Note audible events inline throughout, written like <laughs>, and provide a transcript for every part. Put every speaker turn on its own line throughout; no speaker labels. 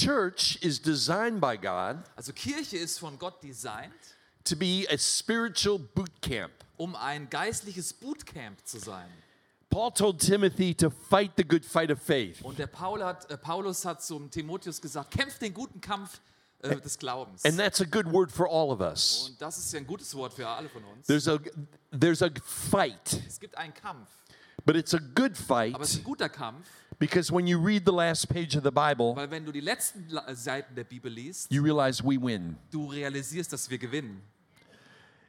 Church is designed by God
Also Kirche ist von Gott designt,
to be a spiritual boot camp.
um ein geistliches Bootcamp zu sein.
Paul told Timothy to fight the good fight of faith.
Und der Paul hat, äh, Paulus hat zum Timotheus gesagt, kämpft den guten Kampf äh, des Glaubens.
And that's a good word for all of us.
Und das ist ja ein gutes Wort für alle von uns.
There's a there's a fight,
Es gibt einen Kampf,
but it's a good
aber es ist
fight
ein guter Kampf,
because when you read the last page of the Bible,
weil wenn du die letzten La- äh, Seiten der Bibel liest,
you realize we win.
du realisierst, dass wir gewinnen.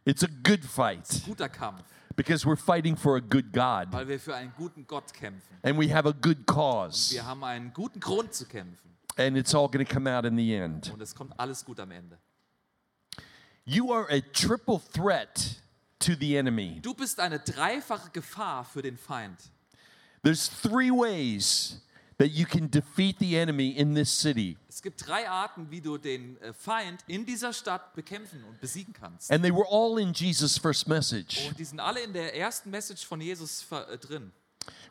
It's a good fight
Guter Kampf,
because we're fighting for a good God
weil wir für einen guten Gott kämpfen.
and we have a good cause
Wir haben einen guten Grund zu kämpfen
and it's all going to come out in the end.
und es kommt alles gut am Ende.
You are a triple threat to the enemy.
Du bist eine dreifache Gefahr für den Feind.
There's three ways that you can defeat the enemy in this city
Es gibt drei Arten, wie du den äh, Feind in dieser Stadt bekämpfen und besiegen kannst.
and they were all in Jesus first message.
Und die sind alle in der ersten Message von Jesus ver- äh, drin.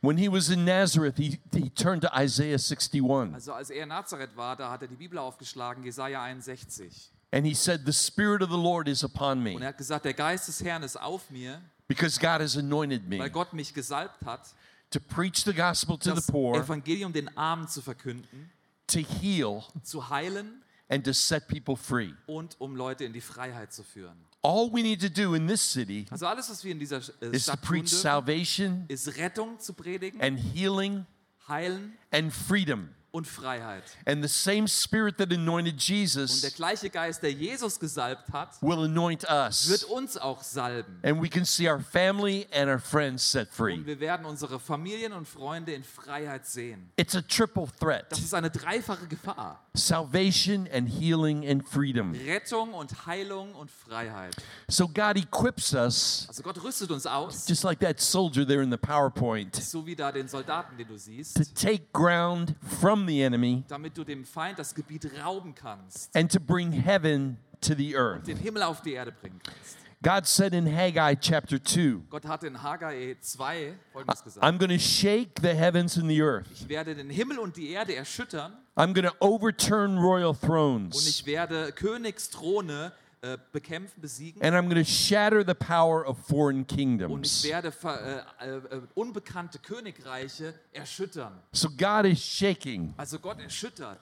When he was in Nazareth, he, he turned to Isaiah 61
Also als er in Nazareth war, da hat er die Bibel aufgeschlagen, Jesaja 61.
and he said, The Spirit of the Lord is upon me
Und er hat gesagt, der Geist des Herrn ist auf mir,
because God has anointed me
weil Gott mich gesalbt hat,
to preach the gospel to the
das
poor,
Evangelium den Armen zu verkünden,
to heal,
zu heilen
and to set people free.
und um Leute in die Freiheit zu führen.
All we need to do in this city
Also alles, was wir in dieser äh,
is to
Stadt tun
preach
dürfen,
salvation
ist Rettung zu predigen,
and healing
heilen
and freedom.
und Freiheit.
And the same Spirit that anointed
Und der
Jesus
gleiche Geist, der Jesus gesalbt hat,
will anoint
wird
us,
uns auch salben.
and we can see our family and our friends set free.
Und wir werden unsere Familien und Freunde in Freiheit sehen.
It's a triple threat.
Das ist eine dreifache Gefahr.
salvation and healing and freedom.
Rettung und Heilung und Freiheit.
So God equips us,
Also Gott rüstet uns aus,
just like that soldier there in the PowerPoint,
so wie da den Soldaten, den du siehst,
to take ground from the enemy
damit du dem Feind das Gebiet rauben kannst,
and to bring heaven to the earth.
den Himmel auf die Erde bringen kannst.
God said in Haggai chapter 2,
Gott hat in Haggai 2 folgendes gesagt.
I'm going to shake the heavens and the earth.
Ich werde den Himmel und die Erde erschüttern
I'm going to overturn royal
und
thrones.
ich werde Königsthrone äh, bekämpfen, besiegen.
And I'm going to shatter the power of foreign
Und ich
kingdoms.
werde ver, äh, äh, äh, unbekannte Königreiche erschüttern.
So God is shaking.
Also Gott erschüttert.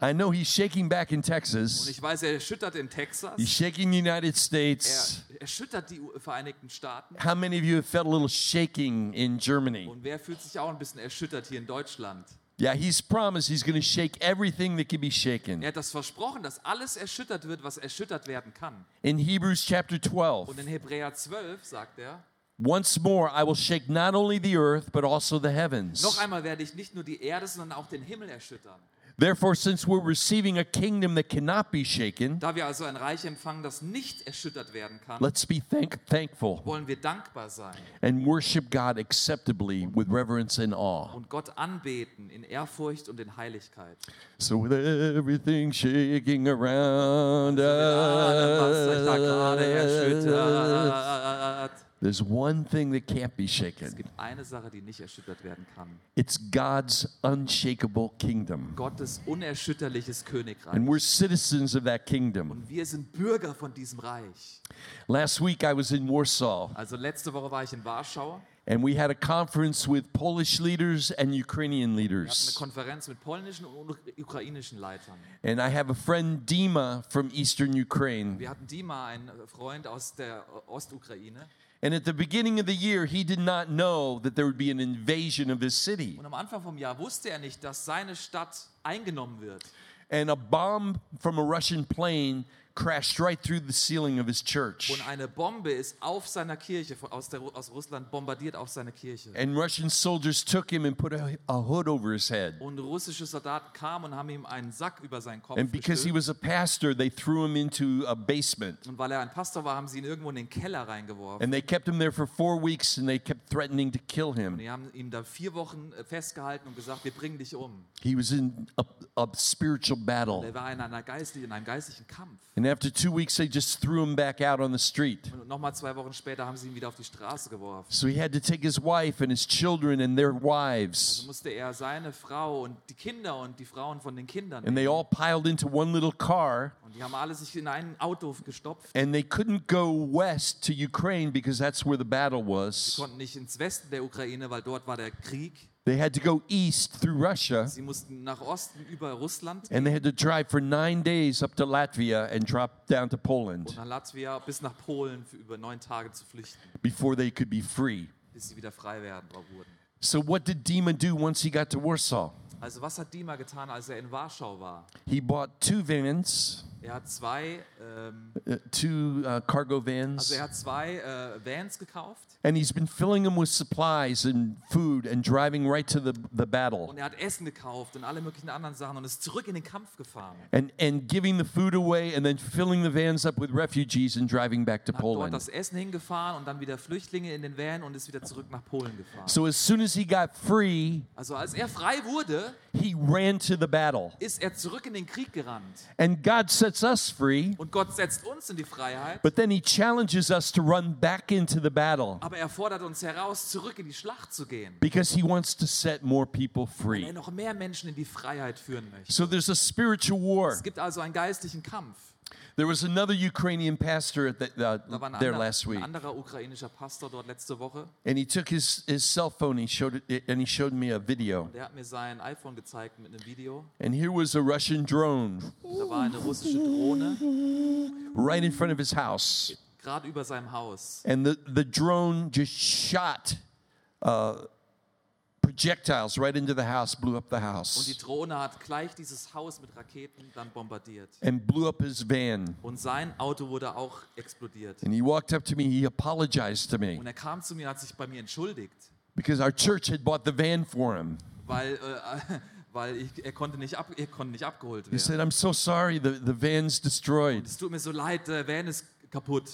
I know He's shaking back in
Und
Texas,
ich weiß, er erschüttert in
He's
Texas.
shaking the United States.
Er erschüttert die U- Vereinigten Staaten.
How many of you have felt a little shaking in Germany?
Und wer fühlt sich auch ein bisschen erschüttert hier in Deutschland?
Yeah, he's promised he's going to shake everything that can be shaken.
Er hat das versprochen, dass alles erschüttert wird, was erschüttert werden kann.
In Hebrews chapter
Und
12,
in Hebräer 12 sagt er,
once more I will shake not only the earth, but also the
noch
heavens.
einmal werde ich nicht nur die Erde, sondern auch den Himmel erschüttern.
Therefore, since we're receiving a kingdom that cannot be shaken,
Da wir also ein Reich empfangen, das nicht erschüttert werden kann,
let's be thank- thankful
wollen wir dankbar sein
and worship God acceptably with reverence and awe.
und Gott anbeten in Ehrfurcht und in Heiligkeit.
So, with everything shaking around
was euch da gerade
us,
erschüttert.
there's one thing that can't be shaken.
Es gibt eine Sache, die nicht erschüttert werden kann.
It's God's unshakable kingdom.
Gottes unerschütterliches Königreich.
And we're citizens of that kingdom.
Und wir sind Bürger von diesem Reich.
Last week I was in Warsaw
Also letzte Woche war ich in Warschau,
and we had a conference with Polish leaders and Ukrainian
eine
leaders.
Konferenz mit polnischen und ukrainischen Leitern.
And I have a friend, Dima, from Eastern Ukraine.
Wir hatten Dima, einen Freund aus der Ostukraine.
And at the beginning of the year, he did not know that there would be an invasion of his city.
Und am Anfang vom Jahr wusste er nicht, dass seine Stadt eingenommen wird.
And a bomb from a Russian plane crashed right through the ceiling of his church.
Und eine Bombe ist auf seiner Kirche, von- aus, der, Ru- aus Russland bombardiert auf seine Kirche.
And Russian soldiers took him and put a, a hood over his head.
Und russische Soldaten kamen und haben ihm einen Sack über seinen Kopf
And because he was
gestülpt.
a pastor, they threw him into a basement.
Und weil er ein Pastor war, haben sie ihn irgendwo in den Keller reingeworfen.
And they kept him there for four weeks and they kept threatening to kill
Und
him.
die haben ihn da vier Wochen äh, festgehalten und gesagt, wir bringen dich um.
He was in a, a spiritual battle.
Er war in, einer geistlichen, in einem geistlichen Kampf.
And And after two weeks, they just threw him back out on the street.
Und nochmal zwei Wochen später haben sie ihn wieder auf die Straße geworfen.
So he had to take his wife and his children and their
So
wives,
Also musste er seine Frau und die Kinder und die Frauen von den Kindern
and
nehmen.
they all piled into one little car.
Und die haben alle sich in ein Auto gestopft,
And they couldn't go west to Ukraine because that's where the battle was.
konnten nicht ins Westen der Ukraine, weil dort war der Krieg.
They had to go east through Russia,
Sie mussten nach Osten über Russland,
and they had to drive for nine days up to Latvia and drop down to Poland
nach Latvia bis nach Polen für über neun Tage zu flüchten,
before they could be free.
bis sie wieder frei werden wurden.
So, what did Dima do once he got to Warsaw?
Also was hat Dima getan, als er in Warschau war?
He bought two vans,
Er hat zwei, ähm,
uh, two uh, cargo vans,
also er hat zwei äh, Vans gekauft
and he's been filling them with supplies and food and driving right to the, the battle
und er hat Essen gekauft und alle möglichen anderen Sachen und ist zurück in den Kampf gefahren.
and, and giving the food away and then filling the vans up with refugees and driving back to
Hat dort
Poland.
das Essen hingefahren und dann wieder Flüchtlinge in den Van und ist wieder zurück nach Polen gefahren.
So, as soon as he got free,
Also als er frei wurde,
he ran to the battle.
ist er zurück in den Krieg gerannt.
And God sets us free,
Und Gott setzt uns in die Freiheit,
but then he challenges us to run back into the battle
aber er fordert uns heraus, zurück in die Schlacht zu gehen.
because he wants to set more people
Weil er
free.
noch mehr Menschen in die Freiheit führen möchte.
So, there's a spiritual war.
Es gibt also einen geistlichen Kampf.
There was another Ukrainian pastor at the, uh,
Da war ein
there
anderer,
last week,
ein anderer ukrainischer Pastor dort letzte Woche.
and he took his, his cell phone. He showed it, and he showed me a video.
Der hat mir sein iPhone gezeigt mit einem Video.
And here was a Russian drone
Da war eine russische Drohne
right in front of his house,
gerade über seinem Haus.
and the, the drone just shot uh, projectiles right into the house, blew up the
Und die
house,
Drohne hat gleich dieses Haus mit Raketen dann bombardiert.
and blew up his van.
Und sein Auto wurde auch explodiert.
And he walked up to me. He apologized to me
Und er kam zu mir und hat sich bei mir entschuldigt,
because our church had bought the van for him.
weil, äh, <laughs> weil ich, er, konnte nicht ab, er konnte nicht abgeholt
He
werden.
said, "I'm so sorry. The the van's destroyed."
Es tut mir so leid, der Van ist kaputt.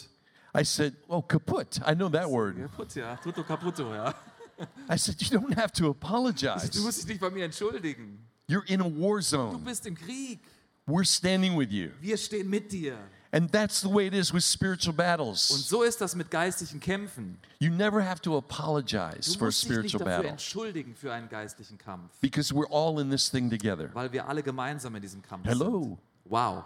I said, "Oh, kaput. I know that word."
Kaputt, ja. Tutto caputo, ja.
I said, You don't have to
Du
apologize.
musst dich nicht bei mir entschuldigen.
You're in a war
Du
zone.
bist im Krieg.
We're standing with you.
Wir stehen mit dir.
And that's the way it is with spiritual
Und
battles.
so ist das mit geistigen Kämpfen.
You never have to apologize
Du
for a
musst dich nicht
spiritual
dafür
battle
entschuldigen für einen geistlichen Kampf,
because we're all in this thing together.
weil wir alle gemeinsam in diesem Kampf sind.
Hello.
Wow.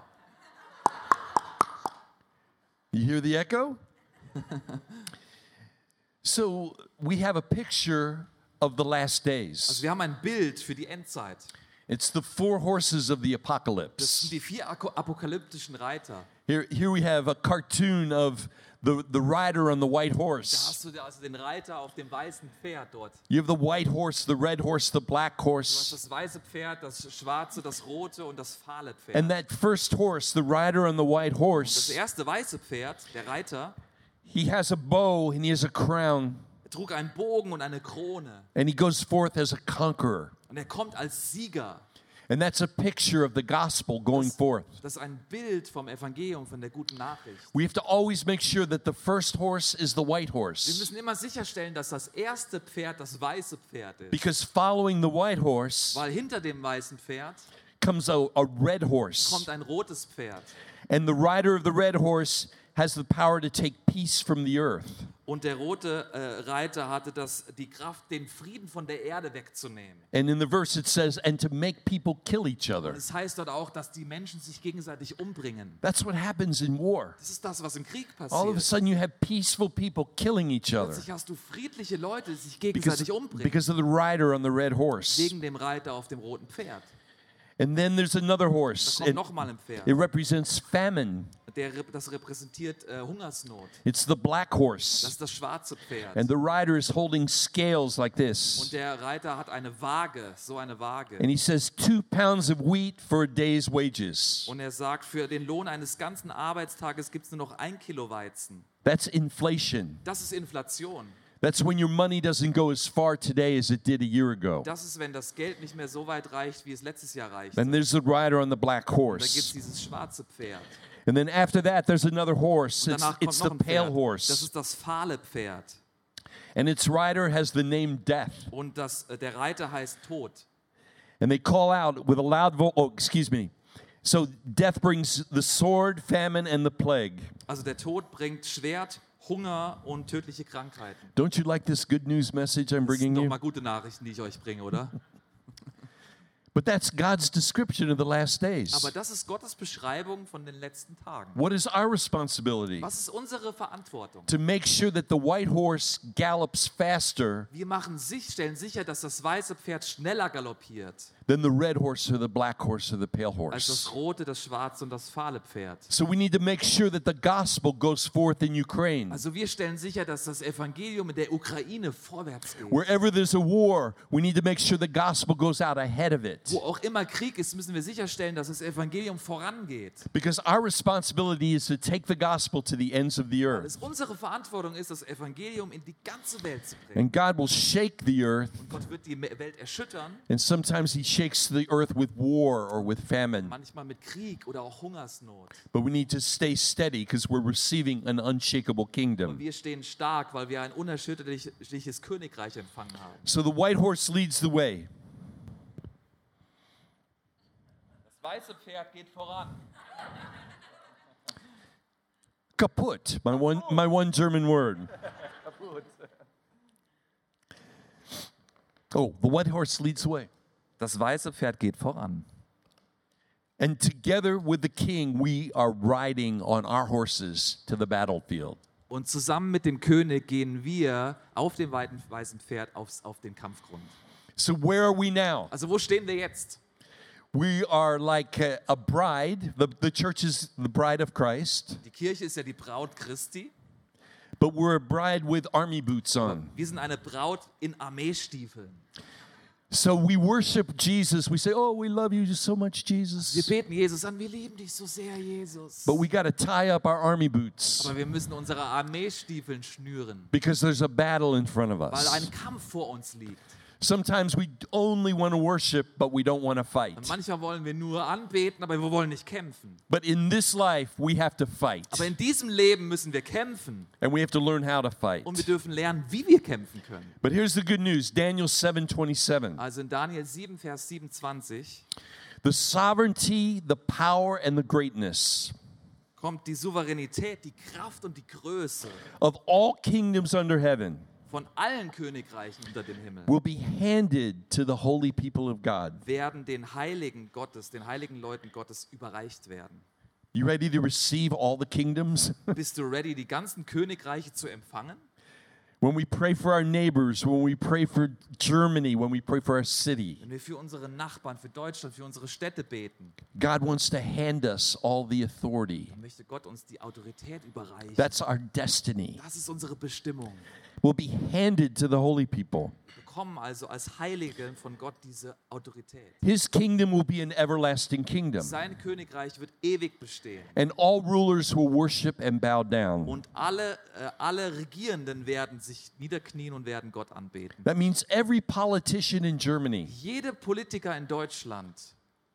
You hear the echo? so we have a picture of the last days.
Also Wir haben ein Bild für die Endzeit.
It's the four horses of the
Das sind
apocalypse.
die vier ako- apokalyptischen Reiter.
Here, here we have a cartoon of the, the rider on the white
Da
horse.
hast du da also den Reiter auf dem weißen Pferd dort.
You have the white horse, the red horse, the black
Du
horse.
hast das weiße Pferd, das schwarze, das rote und das fahle Pferd.
And that first horse, the rider on the white
das
horse,
erste weiße Pferd, der Reiter,
he has a bow and he has a crown,
trug einen Bogen und eine Krone.
and he goes forth as a conqueror.
Und er kommt als Sieger.
And that's a picture of the gospel going forth.
Das ist ein Bild vom Evangelium, von der guten Nachricht.
We have to always make sure that the first horse is the white
Wir
horse,
müssen immer sicherstellen, dass das erste Pferd das weiße Pferd ist.
because following the white horse
Weil hinter dem weißen Pferd
comes a, a red
kommt
horse,
ein rotes Pferd.
and the rider of the red horse has the power to take peace from the earth.
Und der rote äh, Reiter hatte das, die Kraft, den Frieden von der Erde wegzunehmen.
And in the verse it says, and to make people kill each other.
Das heißt dort auch, dass die Menschen sich gegenseitig umbringen.
That's what happens in war.
Das ist das, was im Krieg
All of a
passiert.
sudden, you have peaceful people killing each other.
Plötzlich hast du friedliche Leute, die sich
because,
gegenseitig umbringen.
because of the rider on the red horse.
Wegen dem Reiter auf dem roten Pferd.
And then there's another horse.
Kommt
It,
nochmal ein Pferd.
it represents famine.
Der, rep- das repräsentiert äh, Hungersnot.
It's the black
Das
horse.
ist das schwarze Pferd.
And the rider is holding scales like
Und
this.
der Reiter hat eine Waage, so eine Waage.
And he says, two pounds of wheat for a day's wages.
Und er sagt, für den Lohn eines ganzen Arbeitstages gibt es nur noch ein Kilo Weizen.
That's inflation.
Das ist Inflation.
That's when your money doesn't go as far today as it did a year ago.
Das ist, wenn das Geld nicht mehr so weit reicht, wie es letztes Jahr reicht. Da
And there's the rider on the black
gibt es
horse.
dieses schwarze Pferd.
And then after that, there's another horse. It's,
Danach kommt
it's
noch
the
ein
pale
Pferd. Das
horse.
ist das fahle Pferd.
And its rider has the name Death.
Und das, äh, der Reiter heißt Tod.
And they call out with a loud voice. Oh, excuse me. So death brings the sword, famine, and the plague.
Also der Tod bringt Schwert, Hunger und tödliche Krankheiten.
Don't you like this good news message I'm
Das sind
bringing
doch
you?
mal gute Nachrichten, die ich euch
<laughs>
bringe, oder?
But that's God's description of the last days.
Aber das ist Gottes Beschreibung von den letzten Tagen.
What is our responsibility?
Was ist unsere Verantwortung?
To make sure that the white horse gallops faster
Wir machen sich, stellen sicher, dass das weiße Pferd schneller galoppiert
than the red horse or the black horse or the pale
als
horse.
das rote, das schwarze und das fahle Pferd.
So we need to make sure that the gospel goes forth in Ukraine.
Also wir stellen sicher, dass das Evangelium in der Ukraine vorwärts geht.
Wherever there's a war, we need to make sure the gospel goes out ahead of it.
Wo auch immer Krieg ist, müssen wir sicherstellen, dass das Evangelium vorangeht.
Because our responsibility is to take the gospel to the ends of the earth.
Es unsere Verantwortung ist, das Evangelium in die ganze Welt zu bringen.
And God will shake the earth,
Gott wird die Me- Welt erschüttern,
and sometimes He shakes the earth with war or with famine.
manchmal mit Krieg oder auch Hungersnot.
But we need to stay steady because we're receiving an unshakable kingdom.
Wir stehen stark, weil wir ein unerschütterliches Königreich empfangen haben.
So the white horse leads the way.
Das weiße Pferd geht voran.
Kaput, my one, my one German word. Oh, the white horse leads the way.
Das weiße Pferd geht voran.
And together with the king, we are riding on our horses to the battlefield.
Und zusammen mit dem König gehen wir auf dem weiten, weißen Pferd aufs, auf den Kampfgrund.
So, where are we now?
Also wo stehen wir jetzt?
We are like a, a bride. The, the church is the bride of Christ,
Die Kirche ist ja die Braut Christi.
but we're a bride with army boots on.
Wir sind eine Braut in Armeestiefeln.
So, we worship Jesus. We say, Oh, we love you so much,
Wir
Jesus.
beten Jesus an, wir lieben dich so sehr, Jesus.
But we got to tie up our army boots
Aber wir müssen unsere Armeestiefeln schnüren,
because there's a battle in front of
weil
us.
ein Kampf vor uns liegt.
Sometimes we only want to worship, but we don't want to fight.
Und manchmal wollen wir nur anbeten, aber wir wollen nicht kämpfen.
But in this life, we have to fight,
Aber in diesem Leben müssen wir kämpfen
and we have to learn how to fight.
und wir dürfen lernen, wie wir kämpfen können.
But here's the good news Daniel 7:27.
Also in Daniel 7, Vers 27
The sovereignty, the power, and the greatness
kommt die Souveränität, die Kraft und die Größe
of all kingdoms under heaven
von allen Königreichen unter dem Himmel
will be handed to the holy people of God.
werden den Heiligen Gottes, den heiligen Leuten Gottes überreicht werden.
You ready to receive all the kingdoms?
Bist du ready, die ganzen Königreiche zu empfangen?
when we pray for our neighbors, when we pray for Germany, when we pray for our city,
Wenn wir für unsere Nachbarn, für Deutschland, für unsere Städte beten,
God wants to hand us all the authority.
möchte Gott uns die Autorität überreichen.
That's our destiny.
Das ist unsere Bestimmung.
We'll be handed to the holy people.
Wir bekommen also als Heilige von Gott diese Autorität.
His kingdom will be an everlasting kingdom,
Sein Königreich wird ewig bestehen.
and all rulers will worship and bow down.
Und alle, äh, alle Regierenden werden sich niederknien und werden Gott anbeten.
That means every politician in Germany
Jede Politiker in Deutschland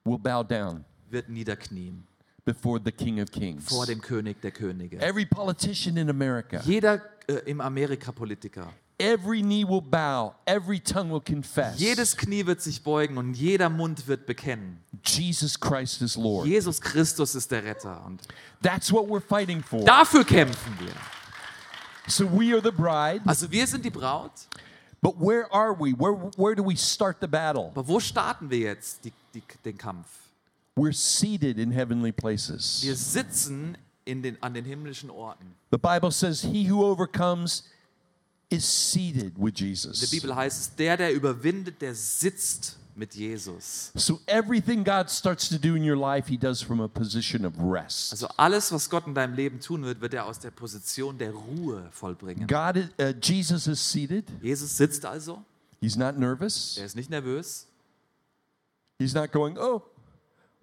will bow down
wird niederknien
before the King of Kings.
vor dem König der Könige.
Every politician in America,
Jeder äh, im Amerika-Politiker.
every knee will bow, every tongue will confess
Jedes Knie wird sich beugen und jeder Mund wird bekennen.
Jesus Christ is Lord.
Jesus Christus ist der Retter. Und
That's what we're fighting for.
dafür kämpfen wir.
So we are the bride,
Also wir sind die Braut.
but where are we? Where, where do we start the battle?
Aber wo starten wir jetzt die, die, den Kampf?
We're seated in heavenly places.
Wir sitzen in den, an den himmlischen Orten.
The Bible says, He who overcomes is seated with
In der
Jesus.
Bibel heißt es, der, der überwindet, der sitzt mit Jesus.
So everything God starts to do in your life, He does from a position of rest.
Also alles, was Gott in deinem Leben tun wird, wird er aus der Position der Ruhe vollbringen.
God, is- uh, Jesus is seated.
Jesus sitzt also,
He's not nervous.
er ist nicht nervös.
He's not going, oh,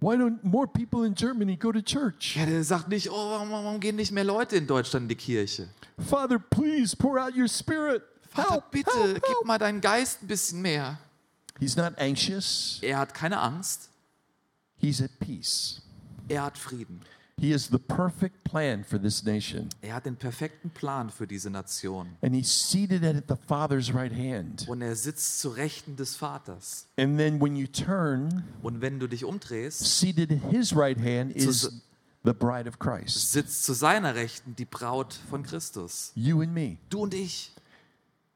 why don't more people in Germany go to church?
Ja, der sagt nicht, oh, warum, warum gehen nicht mehr Leute in Deutschland in die Kirche?
Father, please pour out your spirit.
Vater,
Help,
bitte,
help,
gib
help."
mal deinen Geist ein bisschen mehr.
He's not anxious.
Er hat keine Angst,
He's at peace.
er hat Frieden.
He is the perfect plan for this nation.
Er hat den perfekten Plan für diese Nation.
And he's seated at the Father's right hand.
Und er sitzt zu Rechten des Vaters.
And then when you turn,
Und wenn du dich umdrehst,
seated at his right hand
s-
is the bride of Christ.
sitzt zu seiner Rechten die Braut von Christus.
You and me.
Du und ich.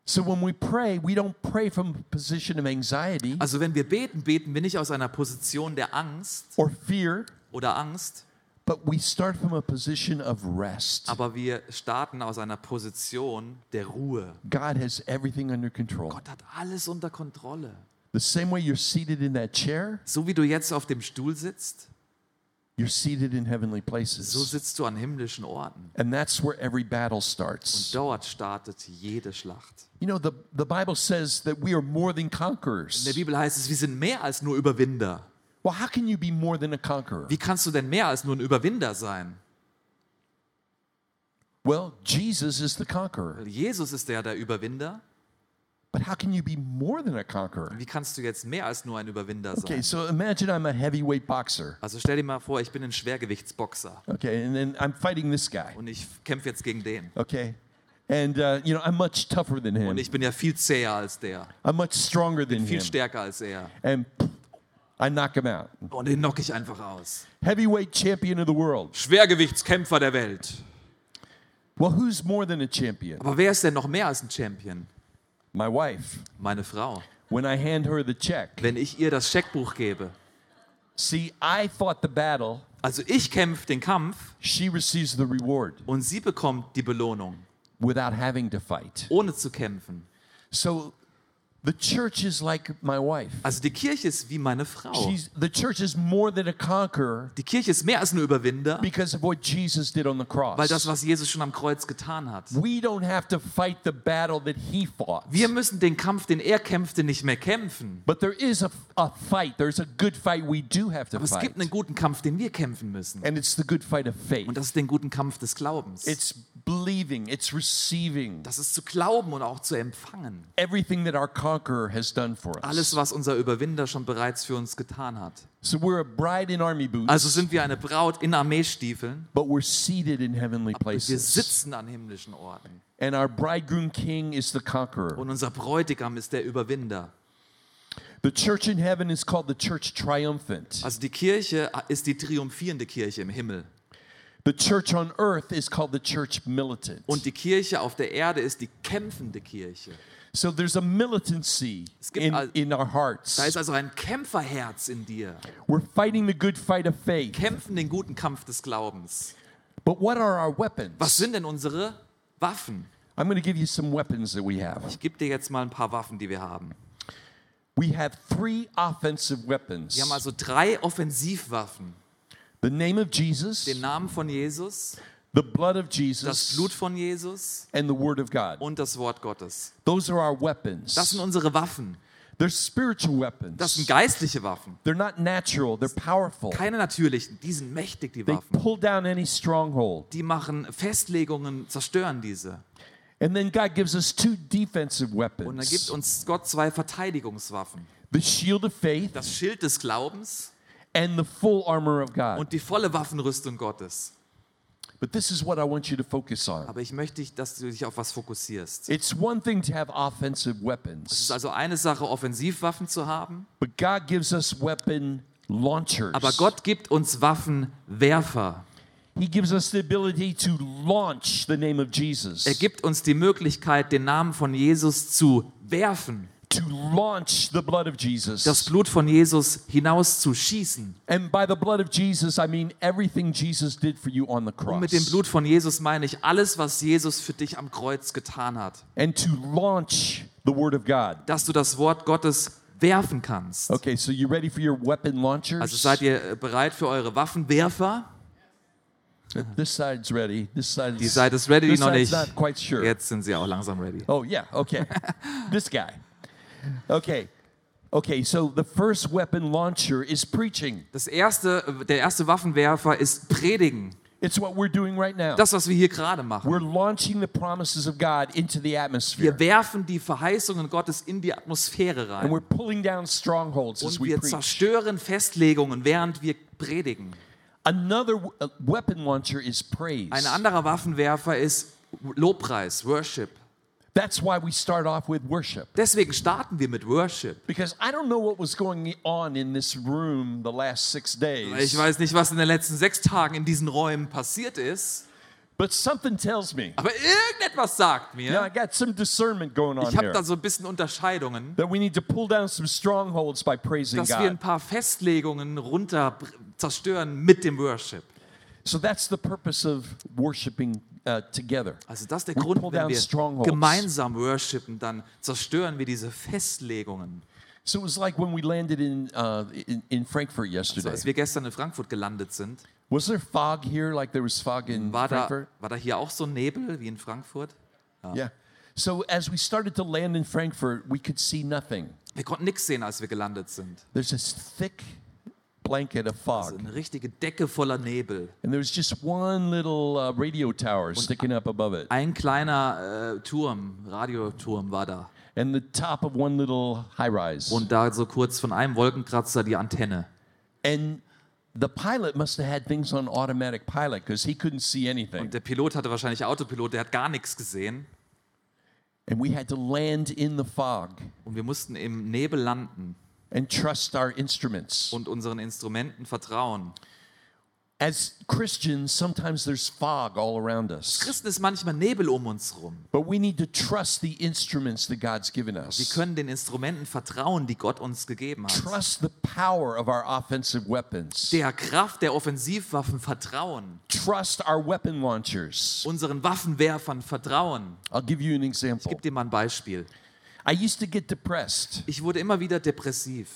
So when we pray, we don't pray from a position of anxiety
Also wenn wir beten, beten wir nicht aus einer Position der Angst
or fear,
oder Angst,
but we start from a position of rest.
aber wir starten aus einer Position der Ruhe.
God has everything under control.
Gott hat alles unter Kontrolle.
The same way you're seated in that chair,
So wie du jetzt auf dem Stuhl sitzt,
you're seated in heavenly
so
places.
sitzt du an himmlischen Orten.
And that's where every battle starts.
Dort startet jede Schlacht.
You know, the, the Bible says that we are more than
In der
conquerors.
Bibel heißt es, wir sind mehr als nur Überwinder.
Well, how can you be more than a conqueror?
Wie kannst du denn mehr als nur ein Überwinder sein?
Well, Jesus is the conqueror.
Jesus ist der, der Überwinder.
But how can you be more than a conqueror?
Wie kannst du jetzt mehr als nur ein Überwinder
Okay,
sein?
so imagine I'm a heavyweight boxer.
Also stell dir mal vor, ich bin ein Schwergewichtsboxer
Okay, and then I'm fighting this guy.
und ich kämpfe jetzt gegen den.
Okay. And, uh, you know, I'm much tougher than
Und
him.
ich bin ja viel zäher als der,
I'm much stronger than
viel
him.
stärker als er.
And I knock him out.
Und den knock ich einfach aus.
Heavyweight champion of the world.
Schwergewichtskämpfer der Welt.
Well, who's more than a champion?
Aber wer ist denn noch mehr als ein Champion?
My wife.
Meine Frau.
When I hand her the check.
Wenn ich ihr das Scheckbuch gebe.
See, I fought the battle.
Also ich kämpfe den Kampf
She receives the reward
und sie bekommt die Belohnung,
without having to fight.
ohne zu kämpfen.
So the church is like my wife.
Also die Kirche ist wie meine Frau.
She's, the church is more than a conqueror
Die Kirche ist mehr als nur Überwinder,
because of what Jesus did on the cross.
weil das, was Jesus schon am Kreuz getan hat.
we don't have to fight the battle that he fought.
Wir müssen den Kampf, den er kämpfte, nicht mehr kämpfen.
But there is a, a fight. There's a good fight we do have to
Aber es
fight.
gibt einen guten Kampf, den wir kämpfen müssen.
And it's the good fight of faith.
Und das ist den guten Kampf des Glaubens.
It's believing, it's receiving
Das ist zu glauben und auch zu empfangen.
everything that our conqueror has done for us.
Alles, was unser Überwinder schon bereits für uns getan hat.
so we're a bride in army boots,
Also sind wir eine Braut in Armeestiefeln.
but we're seated in heavenly
Wir
places.
sitzen an himmlischen Orten.
And our bridegroom king is the conqueror.
Und unser Bräutigam ist der Überwinder.
The church in heaven is called the church triumphant.
Also die Kirche ist die triumphierende Kirche im Himmel.
The church on earth is called the church militant.
Und die Kirche auf der Erde ist die kämpfende Kirche.
So there's a militancy
Es ah, gibt
in,
al-
in our hearts.
Da ist also ein Kämpferherz in dir.
We're fighting the good fight of faith.
Kämpfen den guten Kampf des Glaubens.
But what are our weapons?
Was sind denn unsere Waffen?
I'm going to give you some weapons that we have.
Ich gebe dir jetzt mal ein paar Waffen, die wir haben.
We have three offensive weapons
Wir haben also drei Offensivwaffen.
the name of Jesus,
Den Namen von Jesus,
the blood of
das
Jesus,
Blut von Jesus
and the Word of God.
und das Wort Gottes.
Those are our
Das sind
weapons.
unsere Waffen.
They're spiritual
Das
weapons.
sind geistliche Waffen.
They're not natural, they're powerful.
Keine natürlichen. Die sind mächtig, die
They
Waffen.
pull down any stronghold.
Die machen Festlegungen, zerstören diese.
And then God gives us two defensive
Und dann gibt
weapons
uns Gott zwei Verteidigungswaffen.
the shield of faith
Das Schild des Glaubens
and the full armor of God.
und die volle Waffenrüstung Gottes.
But this is what I want you to focus on.
Aber ich möchte, dich, dass du dich auf was fokussierst.
It's one thing to have offensive
Es
weapons,
ist also eine Sache, Offensivwaffen zu haben,
but God gives us weapon launchers.
aber Gott gibt uns Waffenwerfer.
He gives us the ability to launch the name of Jesus.
Er gibt uns die Möglichkeit, den Namen von Jesus zu werfen,
to launch the blood of
das
Jesus.
Blut von Jesus hinaus zu schießen.
And by the blood of Jesus, I mean everything Jesus did for you on the
Und
cross.
mit dem Blut von Jesus meine ich alles, was Jesus für dich am Kreuz getan hat,
And to launch the word of God.
dass du das Wort Gottes werfen kannst.
Okay, so you ready for your weapon launchers?
Also seid ihr äh, bereit für eure Waffenwerfer?
This side's ready. This side's,
Die Seite ist ready, die
this
noch
side's
nicht.
not quite sure.
Jetzt sind sie auch langsam ready.
Oh yeah,
<laughs>
okay. this guy. Okay. Okay, so the first weapon launcher is preaching.
Das erste, äh, der erste Waffenwerfer ist Predigen.
It's what we're doing right now.
Das, was wir hier gerade machen.
We're launching the promises of God into the atmosphere.
Wir werfen die Verheißungen Gottes in die Atmosphäre rein.
And we're pulling down strongholds as
Und
we
wir
preach.
zerstören Festlegungen, während wir predigen.
Another w- uh, weapon launcher is praise.
Ein anderer Waffenwerfer ist Lobpreis, Worship.
That's why we start off with worship.
Deswegen starten wir mit Worship.
Because I don't know what was going on in this room the last six
Ich
days,
weiß nicht, was in den letzten sechs Tagen in diesen Räumen passiert ist,
but something tells me.
aber irgendetwas sagt
Now I
mir,
got some discernment going on
ich habe
here
da so ein bisschen Unterscheidungen,
that we need to pull down some strongholds by praising
dass wir ein
God.
paar Festlegungen runter zerstören mit dem Worship.
So that's the purpose of worshiping uh, together.
Also das ist der
We
Grund,
pull
wenn
down
wir
strongholds.
gemeinsam worshipen, dann zerstören wir diese Festlegungen.
So it was like when we landed in uh, in, in Frankfurt
So,
yesterday.
als wir gestern in Frankfurt gelandet sind,
Was there fog here? Like there was fog in
war da,
Frankfurt?
war da hier auch so ein Nebel wie in Frankfurt?
Yeah. So as we started to land in Frankfurt, we could see nothing.
Wir konnten nichts sehen, als wir gelandet sind.
There's this thick blanket of fog.
Also eine richtige Decke voller Nebel.
And there was just one little uh, radio tower sticking up above it,
Ein kleiner äh, Turm, Radioturm war da.
and the top of one little high rise.
Und da so kurz von einem Wolkenkratzer die Antenne.
And the pilot must have had things on automatic pilot because he couldn't see anything.
Der Pilot hatte wahrscheinlich Autopilot, der hat gar nichts gesehen.
And we had to land in the fog
Und wir mussten im Nebel landen
and trust our instruments.
und unseren Instrumenten vertrauen.
As Christians, sometimes there's fog all around us,
Christen ist manchmal Nebel um uns rum.
but we need to trust the instruments that God's given
Wir
us.
können den Instrumenten vertrauen, die Gott uns gegeben hat.
Trust the power of our offensive weapons.
Der Kraft der Offensivwaffen vertrauen.
Trust our weapon launchers.
Unseren Waffenwerfern vertrauen.
I'll give you an
Ich
example.
gebe dir mal ein Beispiel.
I used to get depressed.
Ich wurde immer wieder depressiv.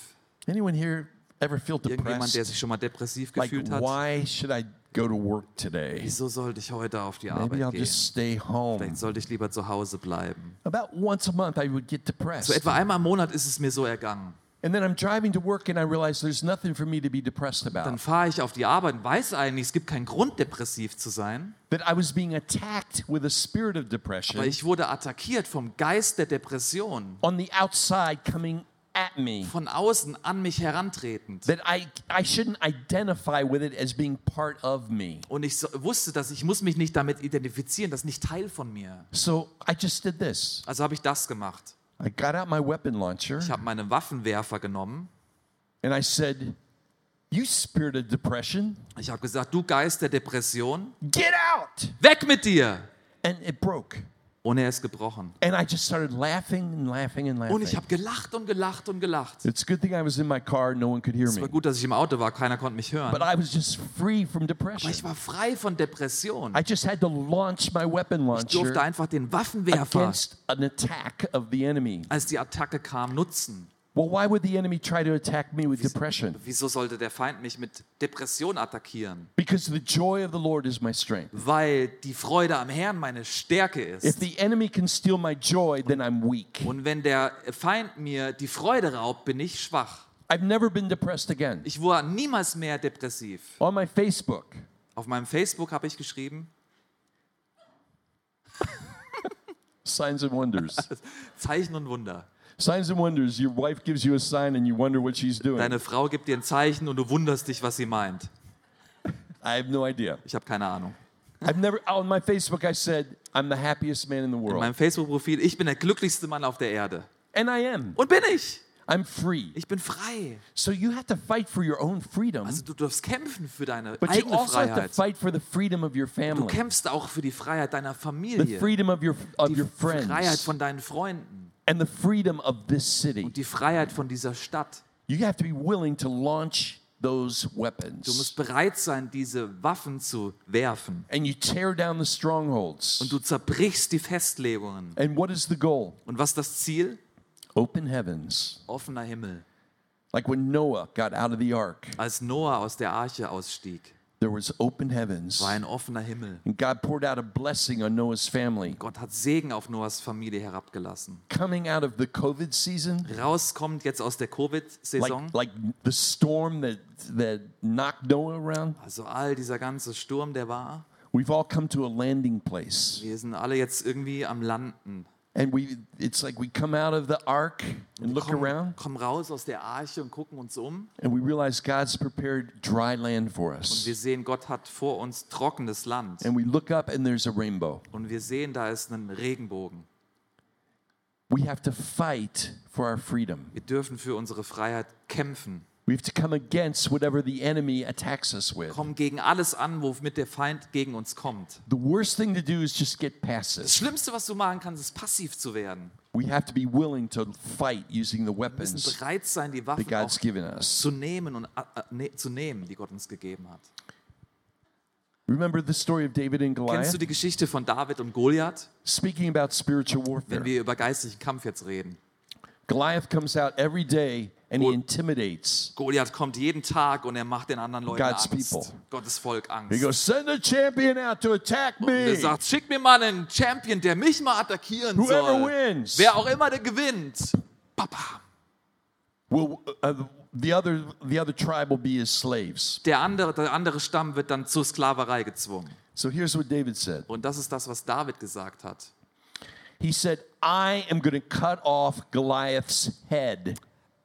Anyone here ever feel
Irgendjemand, der
depressed?
sich schon mal depressiv
Like,
gefühlt hat.
why should I go to work today?
Wieso sollte ich heute auf die
Maybe I'll
Arbeit gehen?
just stay home.
Vielleicht sollte ich lieber zu Hause bleiben.
About once a month, I would get
So
depressed.
etwa einmal im Monat ist es mir so ergangen.
And then I'm driving to work and I realize there's nothing for me to be depressed
Dann
about.
fahre ich auf die Arbeit und weiß eigentlich, es gibt keinen Grund, depressiv zu sein.
That I was being attacked with a spirit of
Weil
depression
ich wurde attackiert vom Geist der Depression.
on the outside coming at me.
Von außen an mich herantretend.
That I, I shouldn't identify with it as being part of me.
Und ich so, wusste, dass ich muss mich nicht damit identifizieren, das ist nicht Teil von mir.
So I just did this.
Also habe ich das gemacht.
I got out my weapon launcher
Ich habe meine Waffenwerfer genommen.
and I said, You spirit of depression,
Ich habe gesagt, du Geist der Depression,
get out!
weg mit dir!
and it broke.
Und er ist gebrochen.
And I just started laughing and laughing and laughing.
Und ich habe gelacht und gelacht und gelacht.
it's a good thing I was in my car, no one could hear
Es
me.
war gut, dass ich im Auto war, keiner konnte mich hören.
But I was just free from
Aber
depression.
ich war frei von Depression.
I just had to launch my weapon
Ich durfte
launcher
einfach den Waffenwerfer,
against an attack of the enemy.
als die Attacke kam, nutzen.
Well, why would the enemy try to attack me with depression?
Wieso sollte der Feind mich mit Depression attackieren?
Because the joy of the Lord is my strength.
Weil die Freude am Herrn meine Stärke
If
ist.
the enemy can steal my joy, then I'm weak.
Und wenn der Feind mir die Freude raubt, bin ich schwach.
I've never been depressed again.
Ich war niemals mehr depressiv.
On my Facebook,
Auf meinem Facebook habe ich geschrieben,
signs and wonders.
Zeichen und Wunder.
signs and wonders. Your wife gives you a sign and you wonder what she's doing.
Deine Frau gibt dir ein Zeichen und du wunderst dich, was sie meint.
I have no idea.
Ich habe keine Ahnung.
I've never on my Facebook I said I'm the happiest man in the
In
world.
meinem Facebook-Profil, ich bin der glücklichste Mann auf der Erde.
and I am.
Und bin ich.
I'm free.
Ich bin frei.
So you have to fight for your own freedom,
Also du darfst kämpfen für deine
but you
eigene
also have to
Freiheit.
fight for the freedom of your
Du
family,
kämpfst auch für die Freiheit deiner
the
Familie,
freedom of your
die
of your
Freiheit
friends,
von deinen Freunden
and the freedom of this city.
und die Freiheit von dieser Stadt.
You have to be willing to launch those
Du
weapons.
musst bereit sein, diese Waffen zu werfen.
And you tear down the strongholds.
Und du zerbrichst die Festlegungen.
And what is the goal?
Und was ist das Ziel?
Open heavens.
Offener Himmel.
Like when Noah got out of the ark,
Als Noah aus der Arche ausstieg,
there was open heavens.
war ein offener Himmel.
And God poured out a blessing on Noah's family.
Gott hat Segen auf Noahs Familie herabgelassen.
Coming out of the COVID season,
Rauskommt jetzt aus der Covid-Saison.
like, like the storm that, that knocked Noah around,
Also all dieser ganze Sturm, der war.
we've all come to a landing place.
Wir sind alle jetzt irgendwie am Landen.
and we it's like we come out of the ark and look
kommen,
around
kommen raus aus der Arche und gucken uns um.
and we realize God's prepared dry land for us.
Wir sehen, Gott hat vor uns trockenes Land.
And we look up and there's a rainbow.
Und wir sehen, da ist ein Regenbogen.
We have to fight for our freedom.
Wir dürfen für unsere Freiheit kämpfen.
We have to come against whatever the enemy attacks us with.
Kommen gegen alles an, womit der Feind gegen uns kommt.
The worst thing to do is just get
Das
passive.
Schlimmste, was du machen kannst, ist passiv zu werden.
We have to be willing to fight using the
Wir müssen
weapons
bereit sein, die
that
Waffen
God's
auch
given us.
zu nehmen und äh, äh, ne, zu nehmen, die Gott uns gegeben hat.
Remember the story of David and
Kennst
Goliath?
du die Geschichte von David und Goliath?
Speaking about spiritual warfare,
Wenn wir über geistlichen Kampf jetzt reden.
Goliath comes out every day and he intimidates.
Goliath kommt jeden Tag und er macht den anderen Leuten
God's
Angst.
people.
Gottes Volk
He
Angst.
goes, Send a champion out to attack
Und er
me.
sagt, schick mir mal einen Champion, der mich mal attackieren
Whoever
soll.
wins.
Wer auch immer, der gewinnt. Papa.
Well, uh, the, other, the other tribe will be his slaves.
Der andere, der andere Stamm wird dann zur Sklaverei gezwungen.
So here's what David said
Und das ist das, was David gesagt hat.
He said, I am going to cut off Goliath's head.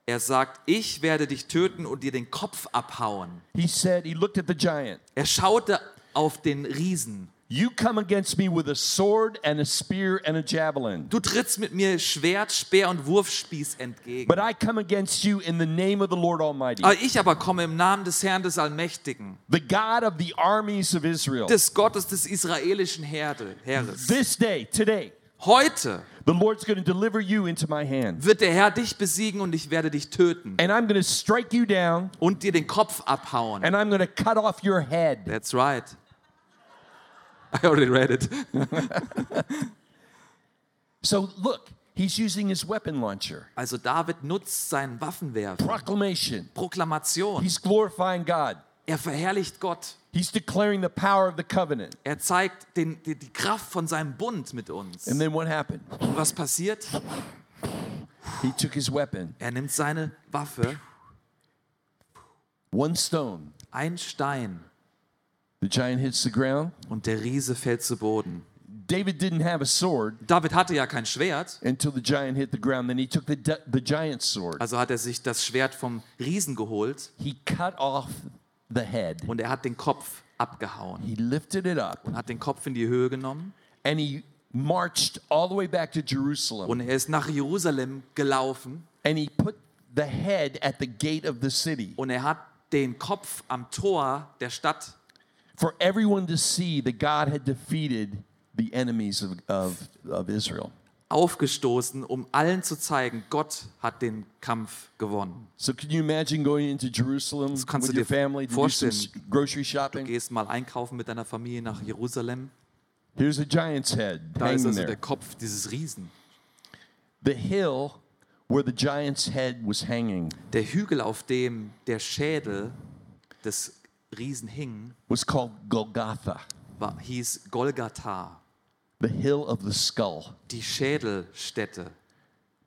Er sagt, ich werde dich töten und dir den Kopf abhauen.
He said, He looked at the giant.
Er schaute auf den Riesen.
You come against me with a sword and a spear and a javelin.
Du trittst mit mir Schwert, Speer und Wurfspieß entgegen.
But I come against you in the name of the Lord Almighty,
Aber ich aber komme im Namen des Herrn des Allmächtigen,
the God of the armies of Israel.
des Gottes des israelischen Herde, Heeres.
This day, today,
Heute
the Lord's going to deliver you into my hand.
wird der Herr dich besiegen und ich werde dich töten
And I'm going to strike you down
und dir den Kopf abhauen.
and I'm going to cut off your head.
That's right. I already read it.
So look, he's using his weapon launcher.
Also David nutzt seinen Waffenwerfer.
Proclamation.
Proklamation.
He's glorifying God.
Er verherrlicht Gott.
He's declaring the power of the covenant.
Er zeigt den, die, die Kraft von seinem Bund mit uns.
And then what happened?
Und was passiert?
He took his weapon,
Er nimmt seine Waffe,
one stone.
ein Stein,
The giant hits the ground.
und der Riese fällt zu Boden.
David didn't have a sword
David hatte ja kein Schwert,
until the giant hit the ground. Then he took the, de- the giant's sword.
also hat er sich das Schwert vom Riesen geholt
He cut off the head.
und er hat den Kopf abgehauen
He lifted it up
und hat den Kopf in die Höhe genommen
and he marched all the way back to Jerusalem.
und er ist nach Jerusalem gelaufen
And he put the head at the gate of the city
und er hat den Kopf am Tor der Stadt
for everyone to see that God had defeated the enemies of, of, of Israel.
aufgestoßen, um allen zu zeigen, Gott hat den Kampf gewonnen.
So can you imagine going into Jerusalem
kannst
with
du
your
dir
family to do some
vorstellen.
s- grocery shopping?
Gehst mal einkaufen mit deiner Familie nach Jerusalem,
Here's a giant's head
da ist
hanging
also der
there.
Kopf dieses Riesen.
The hill where the giant's head was hanging
Der Hügel, auf dem der Schädel des Riesen hing,
was called Golgotha,
war, hieß Golgatha,
the hill of the skull.
die Schädelstätte,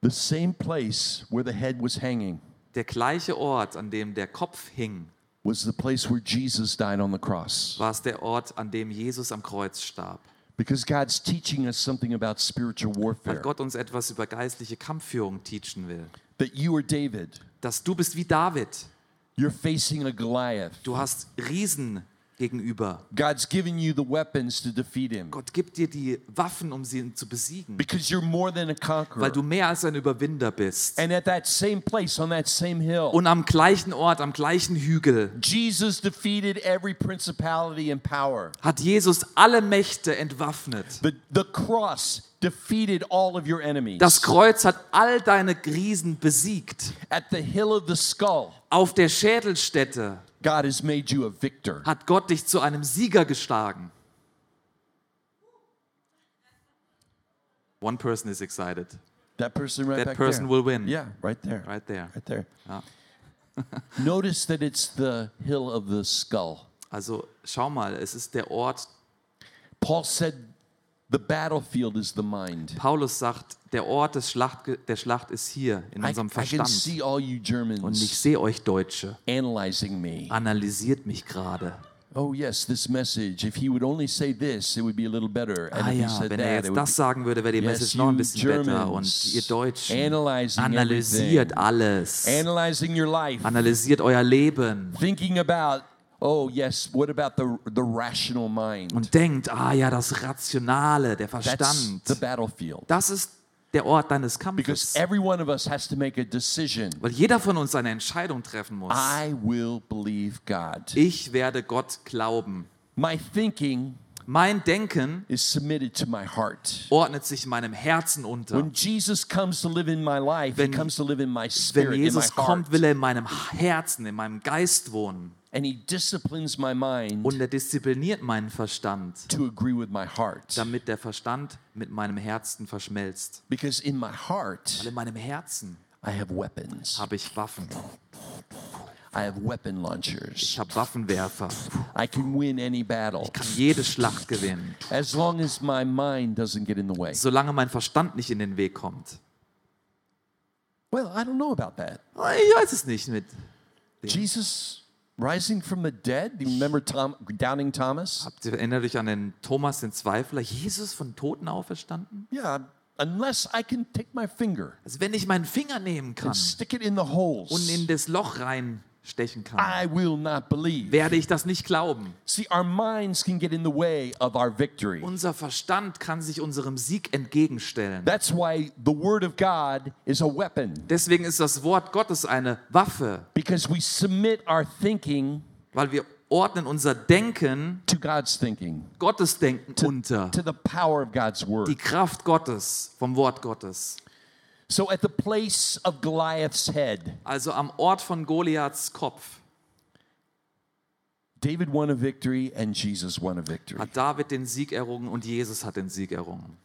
The same place where the head was hanging
der gleiche Ort, an dem der Kopf hing,
was the place where Jesus died on the cross.
war es der Ort, an dem Jesus am Kreuz starb.
Because God's teaching us something about spiritual
Weil
warfare.
Gott uns etwas über geistliche Kampfführung teachen will.
That you are David,
Dass du bist wie David.
you're facing a Goliath.
Du hast Riesen gegenüber.
God's given you the weapons to defeat him.
Gott gibt dir die Waffen, um sie zu besiegen,
Because you're more than a conqueror.
weil du mehr als ein Überwinder bist.
And at that same place, on that same hill,
Und am gleichen Ort, am gleichen Hügel
Jesus defeated every principality and power.
hat Jesus alle Mächte entwaffnet.
The, the cross defeated all of your enemies.
Das Kreuz hat all deine Riesen besiegt.
At the hill of the skull,
Auf der Schädelstätte
God has made you a victor.
hat Gott dich zu einem Sieger geschlagen. One person is excited.
That person right
That
back
person
there.
will win.
Yeah, right there.
Right there.
Right there.
<laughs> Ja.
Notice that it's the hill of the skull.
Also schau mal, es ist der Ort,
Paul said the battlefield is the mind.
Paulus sagt, der Ort des Schlacht, der Schlacht ist hier, in
I, I
unserem
can
Verstand.
see all you
Und
Germans
ich sehe euch Deutsche,
analyzing me.
analysiert mich gerade.
oh yes, this message. If he would only say this, it would be a little better. And
Ah
if he
ja,
said
wenn
that,
er
it
jetzt
would
das sagen würde, wäre die
be,
Message
yes,
noch ein
you
bisschen besser. Und
Germans,
ihr Deutschen,
analyzing
analysiert
everything,
alles.
analyzing your life,
Analysiert euer Leben.
thinking about, oh yes, what about the the rational mind?
Und denkt, ah ja, das Rationale, der
That's
Verstand.
the battlefield.
Das ist der Ort deines
Because
Kampfes.
every one of us has to make a decision.
Weil jeder von uns eine Entscheidung treffen muss.
I will believe God.
Ich werde Gott glauben.
My thinking
Mein Denken
is submitted to my heart.
ordnet sich meinem Herzen unter.
When Jesus comes to live in my life,
Wenn-
he comes to live in my
Wenn
spirit, in my
Jesus
heart.
kommt, will er in meinem Herzen, in meinem Geist wohnen.
And he disciplines my mind
Und er diszipliniert meinen Verstand,
to agree with my heart.
damit der Verstand mit meinem Herzen verschmelzt.
Because in my
Weil
heart,
in meinem Herzen
I have weapons.
habe ich Waffen.
I have weapon
Ich
launchers.
habe Waffenwerfer.
I can win any battle
Kann jede Schlacht gewinnen,
as long as my mind doesn't get in the way.
solange mein Verstand nicht in den Weg kommt.
Well, I don't know about that.
Ich weiß es nicht mit.
Jesus rising from the dead. Do you remember Tom, Downing Thomas?
Habt ihr erinnert euch an den Thomas den Zweifler? Jesus von Toten auferstanden?
Yeah, unless I can take my finger
Also wenn ich meinen Finger nehmen kann
and stick it in the
und
holes,
Um, in das Loch reinstechen kann,
I will not believe.
werde ich das nicht glauben.
See, our minds can get in the way of our victory.
Unser Verstand kann sich unserem Sieg entgegenstellen.
That's why the Word of God is a weapon
Deswegen ist das Wort Gottes eine Waffe,
because we submit our thinking
weil wir ordnen unser Denken
to God's thinking,
Gottes Denken unter.
to the power of God's
Die
Word.
Kraft Gottes vom Wort Gottes.
So, at the place of Goliath's head,
Also am Ort von Goliaths Kopf
David won a victory and Jesus won a victory.
hat David den Sieg errungen und Jesus hat den Sieg errungen.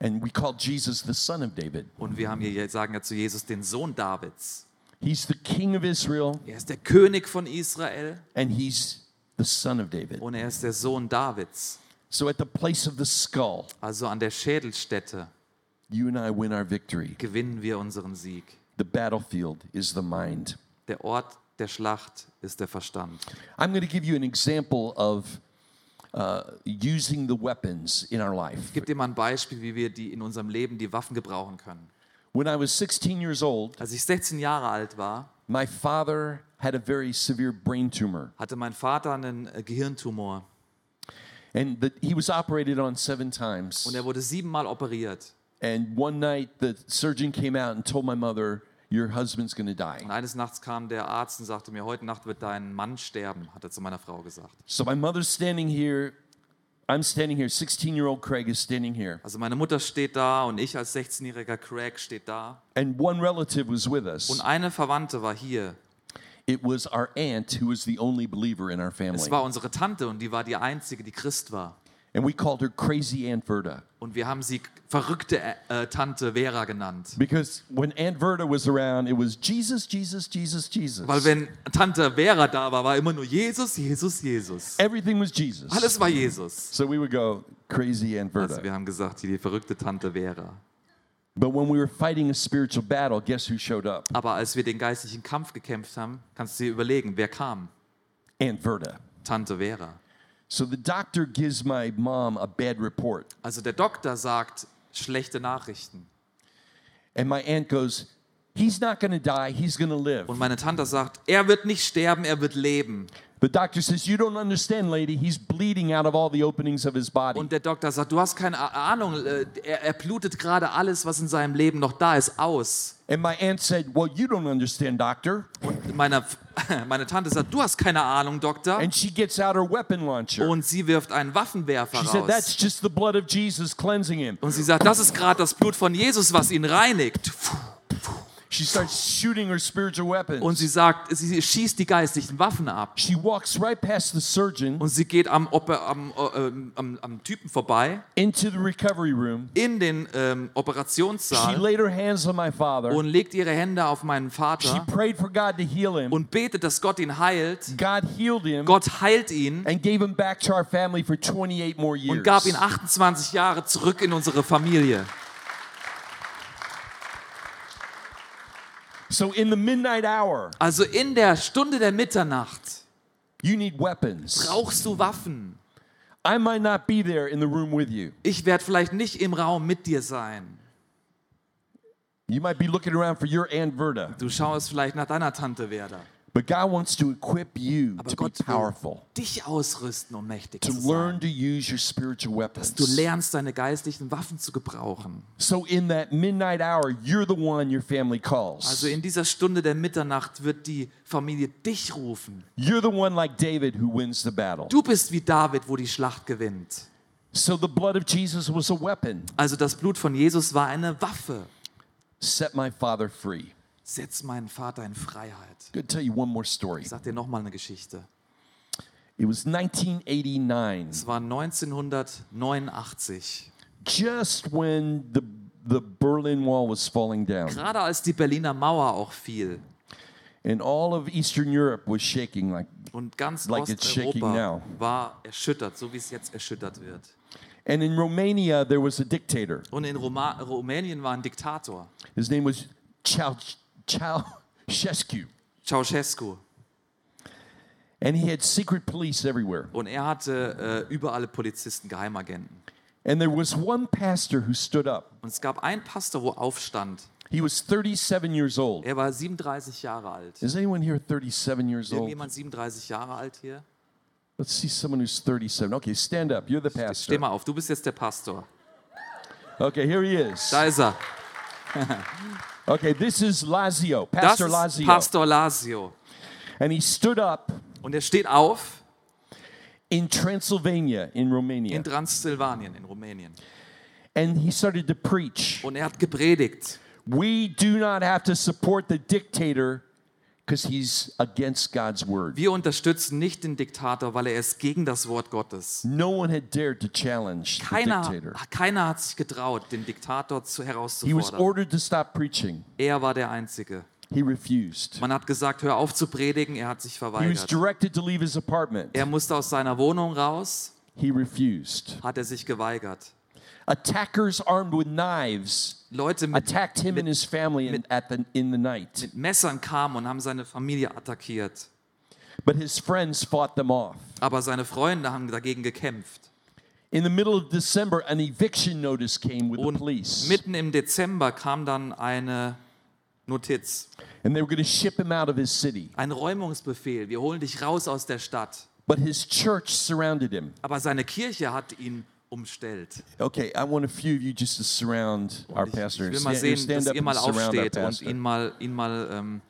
And we call Jesus the son of David.
Und wir haben hier, sagen ja zu Jesus, den Sohn Davids.
He's the king of Israel
Er ist der König von Israel
and he's the son of David.
und er ist der Sohn Davids.
So at the place of the skull,
Also an der Schädelstätte
you and I win our victory.
gewinnen wir unseren Sieg.
The battlefield is the mind.
Der Ort der Schlacht ist der Verstand.
I'm going to give you an example of uh, using the weapons in our life.
Ich gebe dir mal ein Beispiel, wie wir die in unserem Leben die Waffen gebrauchen können.
When I was 16 years old,
Als ich 16 Jahre alt war,
my father had a very severe brain tumor,
hatte mein Vater einen äh, Gehirntumor
and the, he was operated on seven
und
times.
er wurde siebenmal operiert.
And one night, the surgeon came out and told my mother, "Your husband's going to die."
Und eines Nachts kam der Arzt und sagte mir, heute Nacht wird dein Mann sterben, hat er zu meiner Frau gesagt.
So my mother's standing here. I'm standing here. 16 year old Craig is standing here.
Also meine Mutter steht da und ich als 16-jähriger Craig steht da.
And one relative was with
Und
us.
eine Verwandte war hier.
It was our aunt who was the only believer in our family.
Es war unsere Tante und die war die einzige, die Christ war.
And we called her Crazy Aunt Verda.
Und wir haben sie verrückte äh, Tante Vera genannt.
Because when Aunt Verda was around, it was Jesus, Jesus, Jesus, Jesus.
Weil wenn Tante Vera da war, war immer nur Jesus, Jesus, Jesus.
Everything was Jesus.
Alles war Jesus.
So we would go, Crazy Aunt
Also
Verda.
wir haben gesagt, die verrückte Tante Vera.
But when we were fighting a spiritual battle, guess who showed up?
Aber als wir den geistlichen Kampf gekämpft haben, kannst du dir überlegen, wer kam?
Aunt Verda.
Tante Vera.
So the doctor gives my mom a bad report.
Also der Doktor sagt schlechte Nachrichten.
And my aunt goes, He's not going to die. He's going to live.
Und meine Tante sagt, er wird nicht sterben, er wird leben.
The doctor says, You don't understand, lady. He's bleeding out of all the openings of his body.
Und der Doktor sagt, du hast keine A- Ahnung, äh, er, er blutet gerade alles, was in seinem Leben noch da ist, aus.
And my aunt said, Well, you don't understand, doctor.
Und meine, <laughs> meine Tante sagt, du hast keine Ahnung, Doktor.
And she gets out her weapon launcher.
Und sie wirft einen Waffenwerfer
She said, That's
raus.
just the blood of Jesus cleansing him.
Und sie sagt, das ist gerade das Blut von Jesus, was ihn reinigt.
She starts shooting her spiritual weapons.
Und sie sagt, sie schießt die geistlichen Waffen ab.
she walks right past the surgeon
Und sie geht am, Oper- am, ähm, am, am Typen vorbei,
into the recovery room.
in den ähm,
She
Operationssaal
laid her hands on my father.
und legt ihre Hände auf meinen
She
Vater
prayed for God to heal him.
und betet, dass Gott ihn heilt.
God healed him
Gott heilt ihn
and gave him back to our family for 28 more years.
und gab ihn 28 Jahre zurück in unsere Familie.
so in the midnight hour,
Also in der Stunde der Mitternacht
You need weapons.
brauchst du Waffen.
I might not be there in the room with you.
Ich werde vielleicht nicht im Raum mit dir sein.
You might be looking around for your Aunt Verda,
Du schaust vielleicht nach deiner Tante Werder.
but God wants to equip you
Aber
to
Gott
be powerful,
will dich ausrüsten, um mächtig
to
zu
learn
sein.
to use your spiritual weapons.
Du lernst, deine geistlichen Waffen zu gebrauchen.
So in that midnight hour, you're the one your family calls.
Also in dieser Stunde der Mitternacht wird die Familie dich rufen.
You're the one like David who wins the battle.
Du bist wie David, wo die Schlacht gewinnt.
So the blood of Jesus was a weapon.
Also das Blut von Jesus war eine Waffe.
Set my father free.
Setz meinen Vater in Freiheit.
I'm going to tell you one more story.
Ich sag dir nochmal eine Geschichte.
It was 1989,
Es war 1989.
just when the, the Berlin Wall was falling down,
Gerade als die Berliner Mauer auch fiel
and all of Eastern Europe was shaking like
und ganz
Like it's shaking
Osteuropa
now.
war erschüttert, so wie es jetzt erschüttert wird.
And in Romania, there was a dictator.
Und in Roma Rumänien war ein Diktator,
His name was Chau- Ceausescu.
Ceausescu.
And he had secret police everywhere.
Und er hatte äh, überall Polizisten, Geheimagenten.
And there was one pastor who stood up.
Und es gab einen Pastor, wo aufstand.
He was 37 years old.
Er war 37 Jahre alt.
Is anyone here 37 years old?
Irgendjemand 37 Jahre alt hier?
Let's see someone who's 37. Okay, stand up. You're the
Steh
pastor.
mal auf, du bist jetzt der Pastor.
Okay, here he is.
Da ist er.
Okay, this is Lazio,
Das
Pastor
ist
Lazio.
Pastor Lazio.
And he stood up
Und er steht auf
in Transylvania, in Romania,
in Transsilvanien, in Rumänien.
and he started to preach.
Und er hat gepredigt.
We do not have to support the dictator because he's against God's word.
Wir unterstützen nicht den Diktator, weil er ist gegen das Wort Gottes.
No one had dared to challenge the
Keiner,
dictator.
keiner hat sich getraut, den Diktator zu,
He was
herauszufordern.
ordered to stop preaching.
Er war der Einzige.
He refused.
Man hat gesagt, hör auf zu predigen, er hat sich
He was
verweigert.
directed to leave his apartment.
Er musste aus seiner Wohnung raus,
He refused.
hat er sich geweigert.
Attackers armed with knives
Leute mit
attacked him and his family in, at the, in the night,
Messern kamen und haben seine Familie attackiert.
but his friends fought them off.
Aber seine Freunde haben dagegen gekämpft.
In the middle of December, an eviction notice came with the
Und
police,
mitten im Dezember kam dann eine Notiz,
and they were going to ship him out of his city.
ein Räumungsbefehl. Wir holen dich raus aus der Stadt.
But his church surrounded him.
Aber seine Kirche hat ihn umstellt.
Okay, I want a few of you just to surround our
Ich, ich
pastor.
will mal
Stand- you
sehen, dass ihr mal
surround our
aufsteht und
pastor.
ihn mal, ihn mal ähm,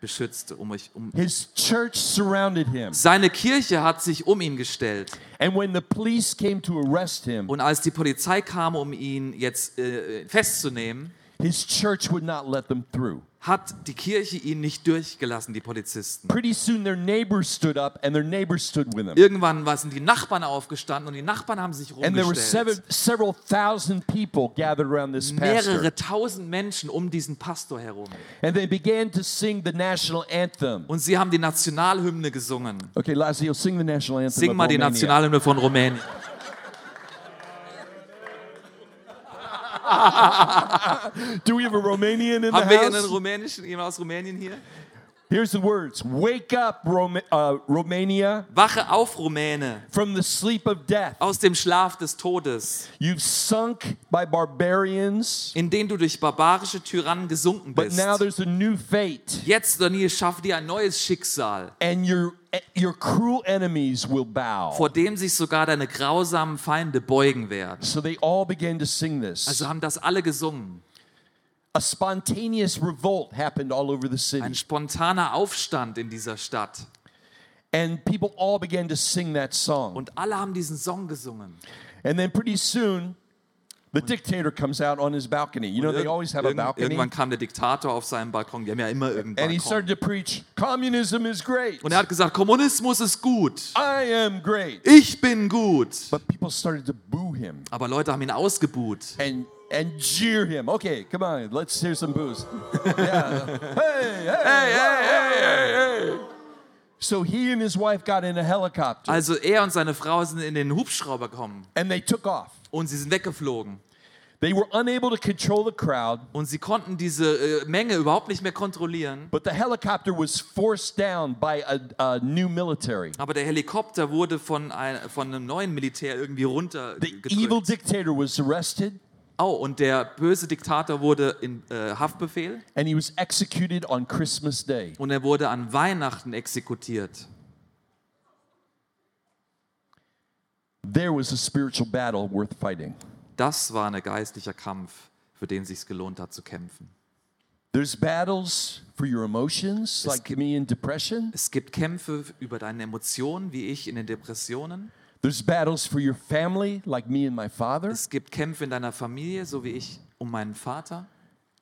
beschützt, um euch um.
His church surrounded him,
Seine Kirche hat sich um ihn gestellt.
and when the police came to arrest him,
Und als die Polizei kam, um ihn jetzt äh, festzunehmen,
his church would not let them through.
hat die Kirche ihn nicht durchgelassen, die Polizisten.
Pretty soon, their neighbors stood up, and their neighbors stood with him.
Irgendwann war- sind die Nachbarn aufgestanden und die Nachbarn haben sich
And there were seven,
rumgestellt.
several thousand people gathered around this pastor.
Mehrere tausend Menschen um diesen Pastor herum.
And they began to sing the national anthem.
Und sie haben die Nationalhymne gesungen.
Okay, Lazio, sing the national anthem.
Sing
of
mal die
Romania.
Nationalhymne von Rumänien.
Do we have a Romanian in the
Haben wir einen
house?
rumänischen, jemand aus Rumänien hier?
Here's the words Wake up, Roma- uh, Romania,
Wache auf, Rumäne,
from the sleep of death.
aus dem Schlaf des Todes,
You've sunk by barbarians,
in den du durch barbarische Tyrannen gesunken
but
bist.
now there's a new fate.
Jetzt, oder nie, schaff dir ein neues Schicksal,
And your, your cruel enemies will bow.
vor dem sich sogar deine grausamen Feinde beugen werden.
So they all began to sing this.
Also haben das alle gesungen.
A spontaneous revolt happened all over the city.
Ein spontaner Aufstand in dieser Stadt.
And people all began to sing that song.
Und alle haben diesen Song gesungen.
And then pretty soon, the dictator comes out on his balcony. You know, they always have a
Irgend-
balcony.
irgendwann kam der Diktator auf seinem Balkon. Die haben ja immer
And he
irgendwann.
started to preach, Communism is great.
Und er hat gesagt, Kommunismus ist gut.
I am great.
Ich bin gut.
But people started to boo him
Aber Leute haben ihn ausgebuht.
and, and jeer him. Okay, come on, let's hear some boos. <laughs> Yeah. hey, hey, hey, hey, hey, hey. So he and his wife got in a helicopter
Also er und seine Frau sind in den Hubschrauber gekommen
and they took off.
und sie sind weggeflogen.
They were unable to control the crowd,
Und sie konnten diese äh, Menge überhaupt nicht mehr kontrollieren.
but the helicopter was forced down by a, a new military.
Aber der Helikopter wurde von, ein, von einem neuen Militär irgendwie
The evil
runtergedrückt.
dictator was arrested
Oh, und der böse Diktator wurde in äh, Haftbefehl
and he was executed on Christmas Day.
und er wurde an Weihnachten exekutiert.
There was a spiritual battle worth fighting.
Das war ein geistlicher Kampf, für den sich's gelohnt hat zu kämpfen.
There's battles for your emotions, like me in depression.
Es gibt Kämpfe über deine Emotionen, wie ich in den Depressionen.
There's battles for your family, like me and my father.
Es gibt Kämpfe in deiner Familie, so wie ich um meinen Vater.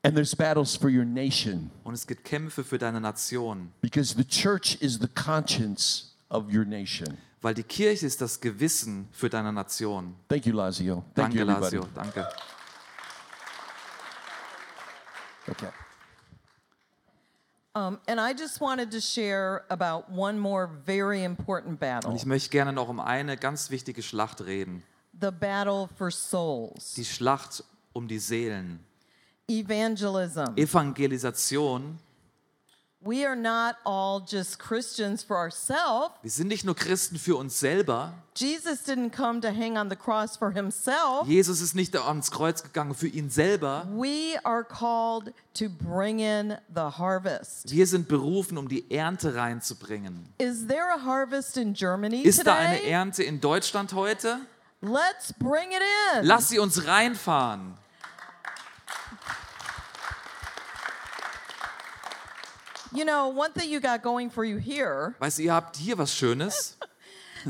And there's battles for your nation,
Und es gibt Kämpfe für deine Nation,
because the church is the conscience of your nation.
weil die Kirche ist das Gewissen für deine Nation.
Thank you, Lazio. Thank
Danke,
you, everybody.
Lazio. Danke.
Okay.
Um, and I just wanted to share about one more very important battle
Ich möchte gerne noch um eine ganz wichtige Schlacht reden.
the battle for souls,
Die Schlacht um die Seelen.
evangelism.
Evangelisation.
we are not all just Christians for ourselves.
Wir sind nicht nur Christen für uns selber.
Jesus didn't come to hang on the cross for himself.
Jesus ist nicht ans Kreuz gegangen für ihn selber.
We are called to bring in the harvest.
Wir sind berufen, um die Ernte reinzubringen.
Is there a harvest in Germany
Ist da eine
today?
Ernte in Deutschland heute?
Let's bring it in.
Lass sie uns reinfahren.
you know, one thing you got going for you here,
Weißt du, ihr habt hier was Schönes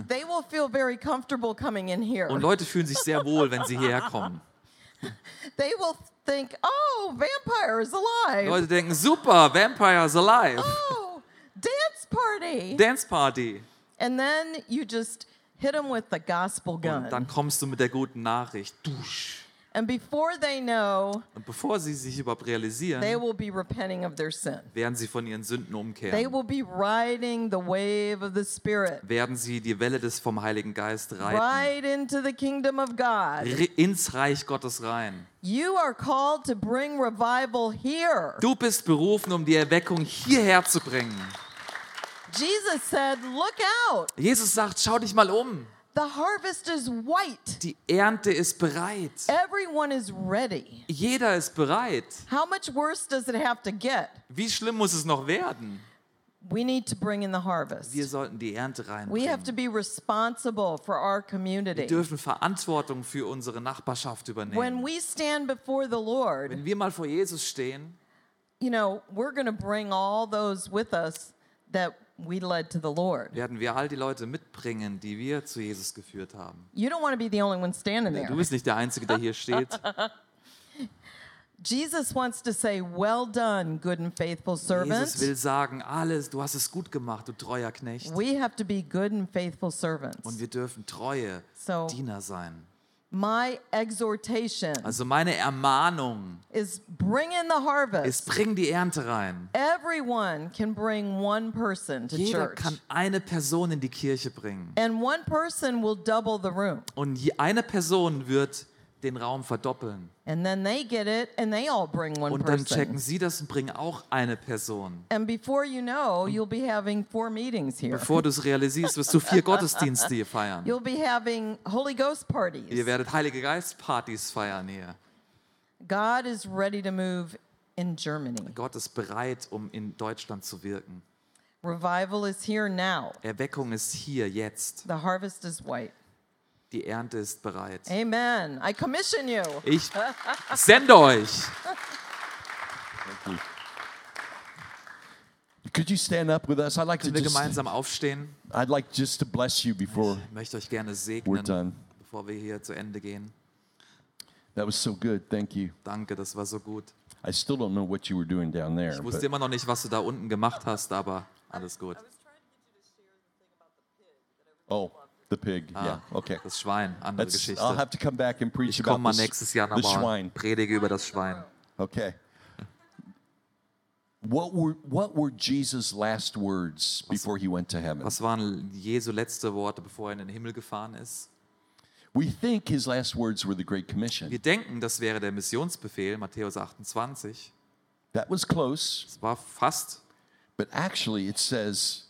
they will feel very comfortable coming in here.
und Leute fühlen sich sehr wohl, wenn sie hierher kommen.
They will think, oh, vampire is alive.
Leute denken, super, Vampires Alive,
<laughs> Oh, dance party.
Dance Party.
and then you just hit them with the gospel
Und dann
gun.
kommst du mit der guten Nachricht. Dusch.
And before they know,
Und bevor sie sich überhaupt
they
realisieren,
will be repenting of their sin.
werden sie von ihren Sünden
They
umkehren.
will be riding the wave of the Spirit
Werden sie die Welle des vom Heiligen Geist reiten.
right into the kingdom of God.
Re- Ins Reich Gottes rein.
You are called to bring revival here.
Du bist berufen, um die Erweckung hierher zu bringen.
Jesus said, Look out,
Jesus sagt, schau dich mal um.
the harvest is white,
Die Ernte ist bereit.
everyone is ready.
Jeder ist bereit.
How much worse does it have to get?
Wie schlimm muss es noch werden?
We need to bring in the
Wir
harvest.
sollten die Ernte rein.
We have to
Wir
be responsible for our community.
dürfen Verantwortung für unsere Nachbarschaft
When
übernehmen.
we stand before the Lord,
Wenn wir mal vor Jesus stehen,
you know, we're going to bring all those with us that we led to the Lord.
werden wir all die Leute mitbringen, die wir zu Jesus geführt haben.
You don't want to be the only one standing
Du
there.
bist nicht der Einzige, der hier steht.
Jesus wants to say, Well done, good and faithful
Jesus
<laughs> servant.
will sagen, alles, du hast es gut gemacht, du treuer Knecht.
We have to be good and faithful
Und
servants.
wir dürfen treue
So-
Diener sein.
My exhortation
Also meine Ermahnung
is bring in the
ist,
harvest.
bring die Ernte rein.
Everyone can bring one person to
Jeder
church,
kann eine Person in die Kirche bringen.
and one person will double the room.
Und je- eine Person wird den Raum verdoppeln.
And then they get it, and they all bring one
Und dann checken
person.
sie das und bringen auch eine Person.
And before you know, you'll be having four meetings here.
Bevor du es realisierst, wirst du
<laughs>
vier Gottesdienste hier feiern.
You'll be having Holy Ghost
Ihr
parties.
werdet Heilige Geist-Partys feiern hier.
God is ready to move in Germany.
Gott ist bereit, um in Deutschland zu wirken.
Revival is here now.
Erweckung ist hier, jetzt.
The harvest is white.
Die Ernte ist bereit.
Amen. I commission you.
Ich sende euch.
Could you stand up with us? I'd like to
Können wir
just,
gemeinsam aufstehen?
I'd like just to bless you before
Ich möchte euch gerne
we're
segnen,
done.
bevor wir hier zu Ende gehen.
That was so good. Thank you.
Danke, das war so gut.
I still don't know what you were doing down there.
Ich
but-
wusste immer noch nicht, was du da unten gemacht hast, aber alles gut.
oh, the pig.
Ah,
yeah. Okay.
Das Schwein, andere
That's, I'll
Geschichte.
have to come back and preach
Ich
about
komme mal
this-
nächstes Jahr
the
nochmal
swine.
und predige über das Schwein.
Okay. What were what were Jesus' last words before he went to heaven?
Was waren Jesu letzte Worte, bevor er in den Himmel gefahren ist?
We think his last words were the Great Commission.
Wir denken, das wäre der Missionsbefehl, Matthäus 28.
That was close,
Es war fast,
but actually it says,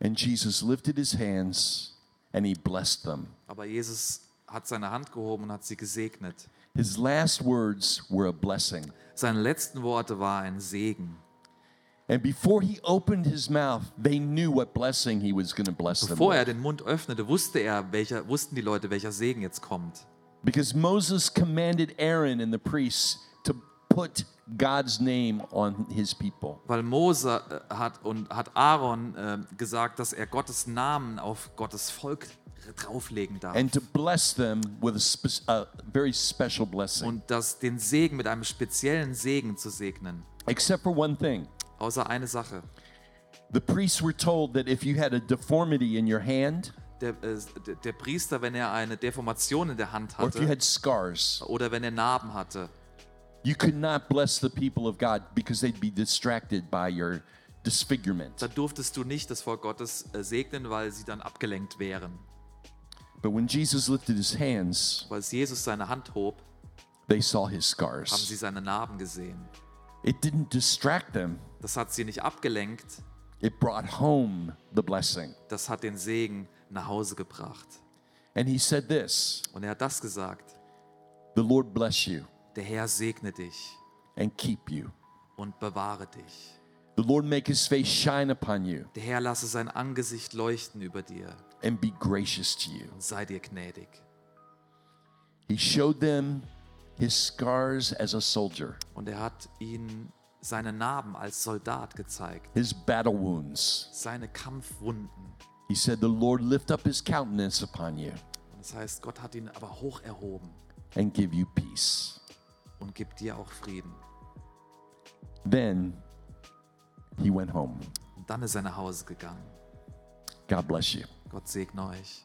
and Jesus lifted his hands and he blessed them.
aber Jesus hat seine Hand gehoben und hat sie gesegnet.
His last words were a blessing.
Seine letzten Worte war ein Segen.
And before he opened his mouth, they knew what blessing he was going to bless them
Bevor er
with.
den Mund öffnete, wusste er, welcher, wussten die Leute, welcher Segen jetzt kommt.
Because Moses commanded Aaron and the priests to put God's name on his people.
Weil Mose äh, hat und hat Aaron äh, gesagt, dass er Gottes Namen auf Gottes Volk drauflegen darf
and to bless them with a, spe- a very special blessing.
und dass den Segen mit einem speziellen Segen zu segnen.
Except for one thing.
Außer eine Sache:
The priests were told that if you had a deformity in your hand
der, äh, der- der Priester, wenn er eine Deformation in der Hand
or if you
hatte
had scars,
oder wenn er Narben hatte,
you could not bless the people of God because they'd be distracted by your disfigurement.
dann durftest du nicht das Volk Gottes äh, segnen, weil sie dann abgelenkt wären.
But when Jesus lifted his hands,
Weil Jesus seine Hand hob,
they saw his
haben sie
scars.
seine Narben gesehen.
It didn't distract them,
Das hat sie nicht abgelenkt,
it brought home the blessing.
das hat den Segen nach Hause gebracht.
And he said this
Und er hat das gesagt:
The Lord bless you
Der Herr segne dich
and keep you.
und bewahre dich.
The Lord make his face shine upon you
Der Herr lasse sein Angesicht leuchten über dir
and be gracious to you.
und sei dir gnädig.
He showed them his scars as a soldier,
Und er hat ihnen seine Narben als Soldat gezeigt,
his battle wounds.
seine Kampfwunden.
He said, The Lord lift up his countenance upon you
Und das heißt, Gott hat ihn aber hoch erhoben
and give you peace.
und gibt dir auch Frieden.
Then he went home.
Und dann ist er nach Hause gegangen.
God bless you.
Gott segne euch.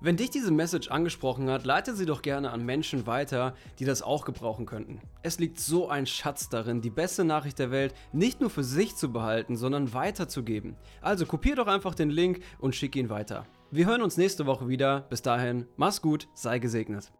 Wenn dich diese Message angesprochen hat, leite sie doch gerne an Menschen weiter, die das auch gebrauchen könnten. Es liegt so ein Schatz darin, die beste Nachricht der Welt nicht nur für sich zu behalten, sondern weiterzugeben. Also kopier doch einfach den Link und schick ihn weiter. Wir hören uns nächste Woche wieder. Bis dahin, mach's gut, sei gesegnet.